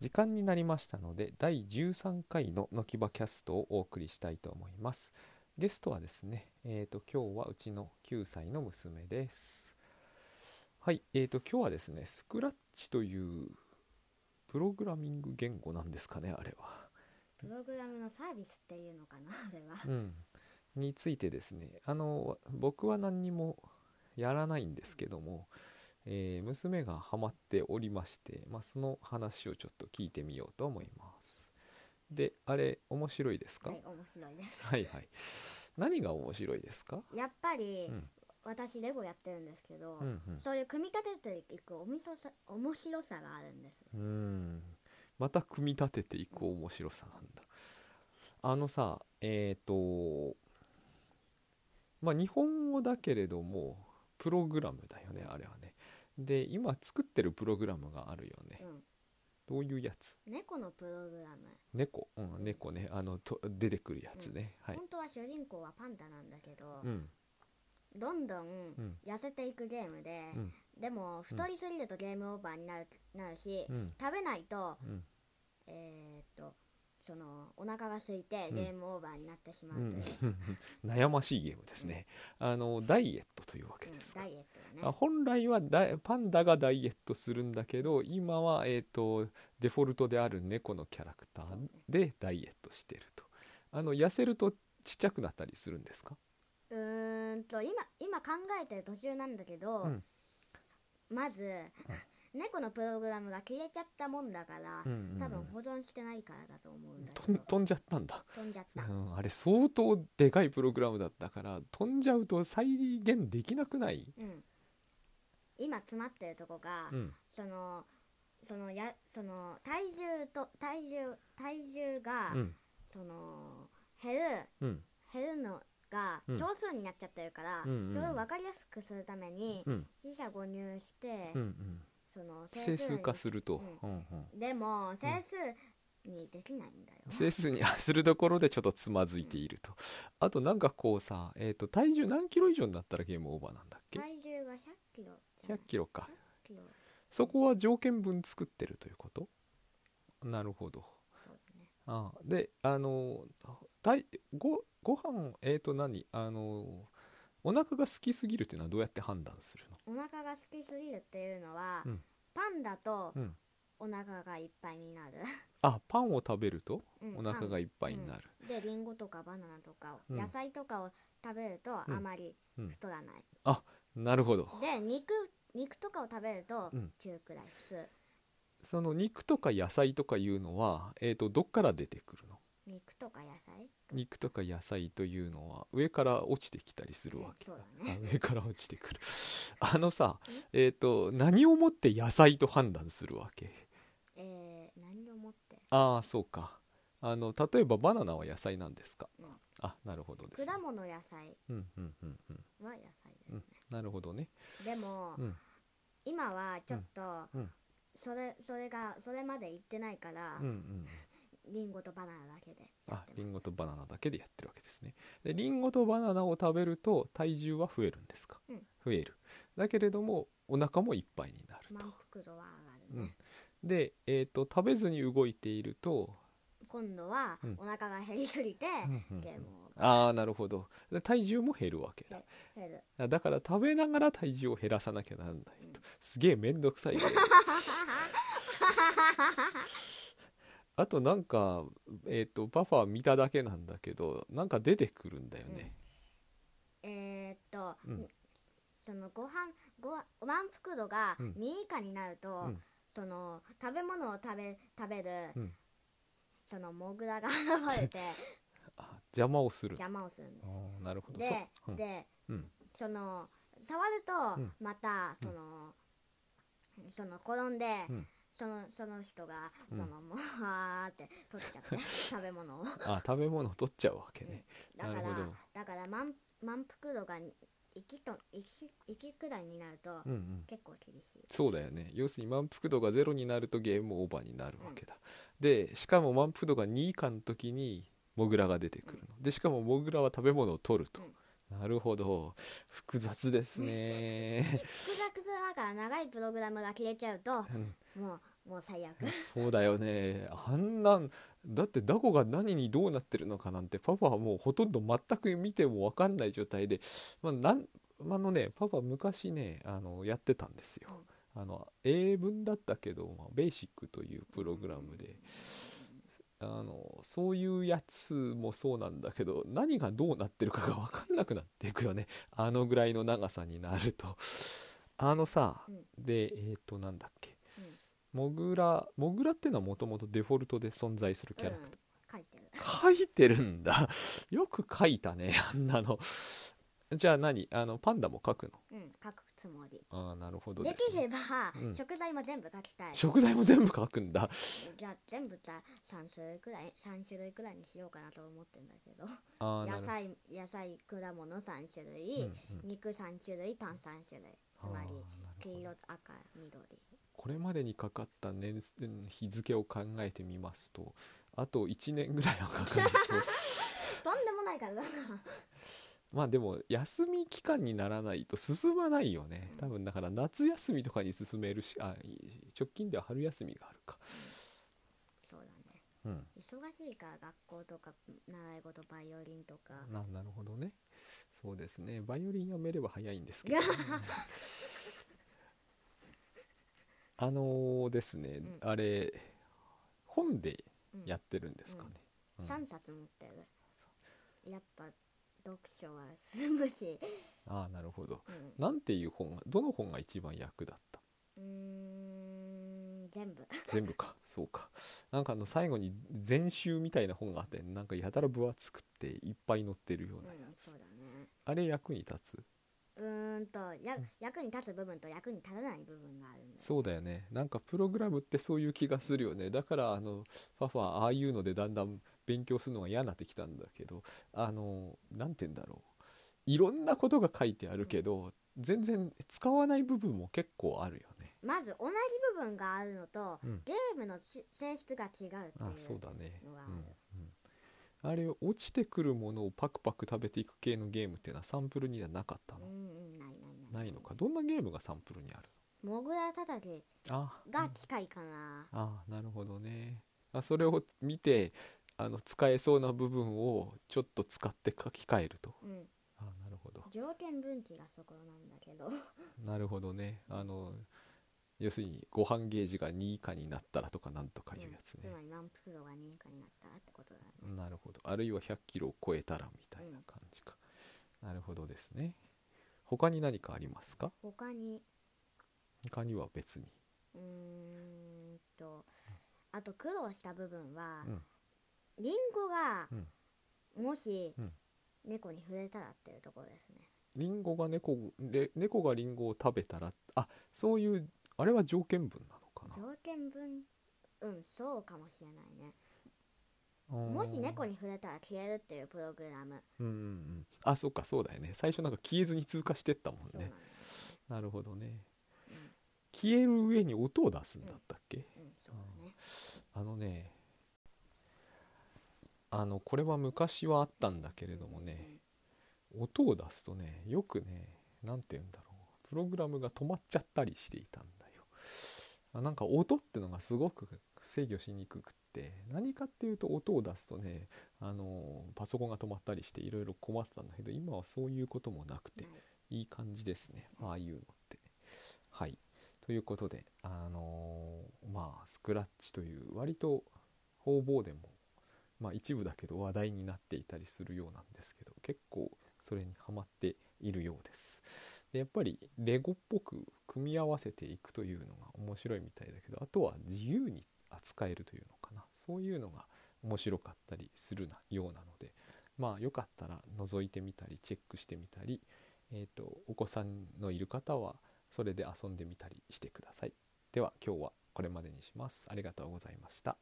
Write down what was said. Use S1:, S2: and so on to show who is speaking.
S1: 時間になりましたので第13回ののきばキャストをお送りしたいと思いますゲストはですねえー、と今日はうちの9歳の娘ですはいえー、と今日はですねスクラッチというプログラミング言語なんですかねあれは
S2: プログラムのサービスっていうのかな あれは
S1: うんについてですねあの僕は何にもやらないんですけども、えー娘がハマっておりまして、まあ、その話をちょっと聞いてみようと思いますであれ面白いですか、
S2: はい面白いです
S1: はいはい。何が面白いですか？
S2: やっぱ
S1: う
S2: り、
S1: ん
S2: 私レゴやってるんですけど、
S1: うん
S2: そういう組み立てていくおみそさ面白さがあるんです
S1: うん。うん。また組み立てていく面白さなんだ。あのさ、えっ、と、まあ日本語だけれどもプログラムだよねあれはね。で今作ってるプログラムがあるよね
S2: う。ん
S1: どういうやつ？
S2: 猫のプログラム、
S1: 猫。うん猫ねあのと出てくるやつね。はい。
S2: 本当は主人公はパンダなんだけど、
S1: うん
S2: どんど
S1: うんん
S2: 痩せていくゲームで、
S1: うん
S2: でも太りすぎるとゲームオーバーになるなるし、
S1: うん
S2: 食べないと
S1: うん。
S2: えーっとそのお腹が空いて
S1: うん
S2: ゲームオーバーになってしまう
S1: う
S2: とい
S1: ん
S2: う、
S1: 悩ましいゲームですね。あのダイエットというわけ
S2: うん
S1: ですか
S2: ダ。イエット
S1: あ
S2: がね
S1: 本来はダイパンダがダイエットするんだけど今は、えー、とデフォルトである猫のキャラクターでダイエットしてるとあの痩せるとちっちゃくなったりするんですか
S2: うーんと今今考えてる途中なんだけど、
S1: うん
S2: まず、猫のプログラムが消えちゃったもんだから、
S1: うんうんうん
S2: 多分保存してないからだと思うんだ
S1: と
S2: け
S1: ん
S2: ど
S1: 飛んじゃったんだ、
S2: 飛んじゃっ
S1: う
S2: た、
S1: ん、あれ相当でかいプログラムだったから飛んじゃうと再現できなくない、
S2: うん、今詰まってるとこが、
S1: うん
S2: そのそのやその体重と体重体重が、
S1: うん
S2: その減る
S1: うん
S2: 減るのが
S1: うん
S2: 少数になっちゃってるから、
S1: うんうんうん
S2: それを分かりやすくするために
S1: うん
S2: 四捨五入して、
S1: うんうん
S2: その
S1: 整数化す
S2: る
S1: ると、うんうん
S2: でも整数にできないんだよ、
S1: 整数にするところでちょっとつまずいているとあとなんかこうさ、えー、と体重何キロ以上になったらゲームオーバーなんだっけ
S2: 体重が100キロじゃな
S1: 100
S2: い
S1: キロか
S2: 100キロ
S1: そこは条件分作ってるということなるほど
S2: そうだね
S1: ああであの体ごご飯えっ、と何あのお腹が好きすぎるっていうのはどうやって判断するの
S2: お腹が好きすぎるっていうのは、
S1: うん
S2: パンだと
S1: うん
S2: お腹がいっぱいになる、
S1: あパンを食べると
S2: うん
S1: お腹がいっぱいになる、
S2: パンでリンゴとかバナナとかを、
S1: うん
S2: 野菜とかを食べるとあ
S1: うん
S2: まり太らない、
S1: なるほど
S2: で肉肉とかを食べると
S1: うん
S2: 中くらい普通
S1: その肉とか野菜とかいうのは、えー、とどっから出てくるの
S2: 肉とか野菜
S1: 肉とか野菜というのは上から落ちてきたりするわけ
S2: そうだ
S1: あ
S2: ね
S1: 上から落ちてくる あのさえっ、と何をもって野菜と判断するわけ
S2: えー、何をもって
S1: ああそうかあの例えばバナナは野菜なんですか、
S2: うん
S1: あなるほどです、ね
S2: 果、物野菜
S1: うんうんうんうん
S2: は野菜ですね、
S1: なるほどね
S2: でも、
S1: うん
S2: 今はちょっと、
S1: うん
S2: それそれがそれまで行ってないから、
S1: うんうん
S2: リンゴとバナナだけでや
S1: あ
S2: ってます
S1: リンゴとバナナだけでやってるわけですねでリンゴとバナナを食べると体重は増えるんですか、
S2: うん
S1: 増えるだけれどもお腹もいっぱいになると、
S2: 満腹度は
S1: う
S2: 上がる
S1: ん
S2: ね、、
S1: で、えー、と食べずに動いていると、
S2: 今度は
S1: うん
S2: お腹が減りすぎて、
S1: うんうんうん
S2: ゲームを
S1: ああなるほどで体重も減るわけだ
S2: 減る
S1: あだから食べながら体重を減らさなきゃなんないとすげえめんどくさいねあとなんかえっ、とバファー見ただけなんだけどなんか出てくるんだよね、
S2: えー、っと、
S1: うん
S2: そのご飯ご飯満腹度が
S1: うん
S2: 2以下になると、
S1: うん
S2: その食べ物を食べ食べる、
S1: うん
S2: そのモグラが現 れて
S1: あ邪魔をする
S2: 邪魔をするんで
S1: あーなるほ
S2: す
S1: ど
S2: で、
S1: そう、うん
S2: で
S1: うん
S2: その触ると
S1: うん
S2: また
S1: う
S2: そ
S1: ん
S2: の、その転んで、
S1: うん
S2: そのその人が
S1: う
S2: そ
S1: ん
S2: のもうわーって取っち ゃって、食べ物をだ
S1: あ食べ物取っちゃうわけね、
S2: か
S1: な
S2: ら
S1: るほど
S2: だから満満腹度が1と 1, 1くらいになると、
S1: うんうん、
S2: 結構厳しい
S1: そうだよね要するに満腹度がゼロになるとゲームオーバーになるわけだ、でしかも満腹度が2以下の時にモグラが出てくるのでしかもモグラは食べ物を取ると、なるほど複雑ですね
S2: 複雑だから長いプログラムが消えちゃうと
S1: うん
S2: もうもう最悪
S1: そうだよねあんなんだってダゴが何にどうなってるのかなんてパパはもうほとんど全く見ても分かんない状態で、まあ、なんあのねパパ昔ねあのやってたんですよ。あの英文だったけど、まあ、ベーシックというプログラムであのそういうやつもそうなんだけど何がどうなってるかが分かんなくなっていくよねあのぐらいの長さになるとあのさ、
S2: うん
S1: でえっ、となんだっけモグラモグラっていうのはもともとデフォルトで存在するキャラクター、
S2: 書いてる
S1: 書いてるんだ よく書いたねあんなのじゃあ何あのパンダも書くの
S2: うん書くつもり
S1: ああなるほど
S2: で
S1: です
S2: き
S1: ね、
S2: れば、
S1: うん
S2: 食材も全部書きたい
S1: 食材も全部書くんだ
S2: じゃあ全部さ3種類くらい三種類くらいにしようかなと思ってんだけど
S1: ああなる
S2: 野
S1: ほど
S2: 菜野菜果物3種類、
S1: うんうん
S2: 肉3種類パン3種類つまり
S1: あーなる
S2: 黄
S1: ほど
S2: 色赤緑
S1: これまでにかかった年数日付を考えてみますとあと1年ぐらいはかかる
S2: とんでもないからだな
S1: まあでも休み期間にならないと進まないよね多分だから夏休みとかに進めるしあい直近では春休みがあるか、
S2: そうだね
S1: うん、
S2: 忙しいから学校とか習い事バイオリンとか
S1: ななるほどねそうですねバイオリンやめれば早いんですけどね、 あのーですね、
S2: うん
S1: あれ本で
S2: うん
S1: やってるんですかね、うん
S2: 3冊持ってるやっぱ読書は進むし、
S1: ああなるほど
S2: うん
S1: なんていう本がどの本が一番役だった
S2: うーん全部
S1: 全部か そうかなんかあの最後に全集みたいな本があってなんかやたら分厚くていっぱい載ってるよ
S2: う
S1: うなや
S2: ん
S1: つ、
S2: そうだね
S1: あれ役に立つ
S2: うーんとや役に立つ部分と役に立たない部分があるんだよ
S1: そうだよねなんかプログラムってそういう気がするよねだからあのファファああいうのでだんだん勉強するのが嫌になってきたんだけどあのなんて言うんだろういろんなことが書いてあるけど全然使わない部分も結構あるよね
S2: まず同じ部分があるのと、
S1: うん
S2: ゲームのし性質が違うっていう
S1: あそうだね、
S2: のがあ
S1: う
S2: る
S1: んうん、あれ落ちてくるものをパクパク食べていく系のゲームっていうのはサンプルにはなかったの
S2: う、んうんないないない
S1: ないのかどんなゲームがサンプルにある
S2: モグラたたき
S1: のあ
S2: が近いかな、
S1: あなるほどねあそれを見てあの使えそうな部分をちょっと使って書き換えると
S2: うん
S1: あなるほど
S2: 条件分岐がそこなんだけど
S1: なるほどねあの要するにご飯ゲージが2以下になったらとかなんとかいうやつ
S2: うんつ
S1: ね
S2: ま、り満腹度が2以下になったらってことだね、
S1: なるほどあるいは100キロを超えたらみたいな感じか、なるほどですね他に何かありますか
S2: 他に
S1: 他には別に
S2: うーんとあと苦労した部分は、
S1: うん
S2: リンゴが、もし、
S1: うん
S2: 猫に触れたらっていうところですね
S1: リンゴが猫で猫がリンゴを食べたらあそういうあれは条件文なのか
S2: 条件分うんそうかもしれないね
S1: な
S2: もし猫に触れたら消えるっていうプログラム
S1: うんうんうんあそっかそうだよね最初なんか消えずに通過してったも
S2: そ
S1: ん
S2: う
S1: ね
S2: なんだよ
S1: なるほどね
S2: うん
S1: 消える上に音を出すんだったっけ、
S2: うんそうだね
S1: あのねあのこれは昔はあったんだけれどもね、音を出すとねよくね何て言うんだろうプログラムが止まっちゃったりしていたんだよあなんか音ってのがすごく制御しにくくって何かっていうと音を出すとねあのパソコンが止まったりしていろいろ困ってたんだけど今はそういうこともなくて
S2: ない
S1: いい感じですねああいうのってはいということであのーまあスクラッチという割と方々でもまあ一部だけど話題になっていたりするようなんですけど結構それにハマっているようですでやっぱりレゴっぽく組み合わせていくというのが面白いみたいだけどあとは自由に扱えるというのかなそういうのが面白かったりするなようなのでまあよかったら覗いてみたりチェックしてみたりえー、とお子さんのいる方はそれで遊んでみたりしてください。では今日はこれまでにします。ありがとうございました。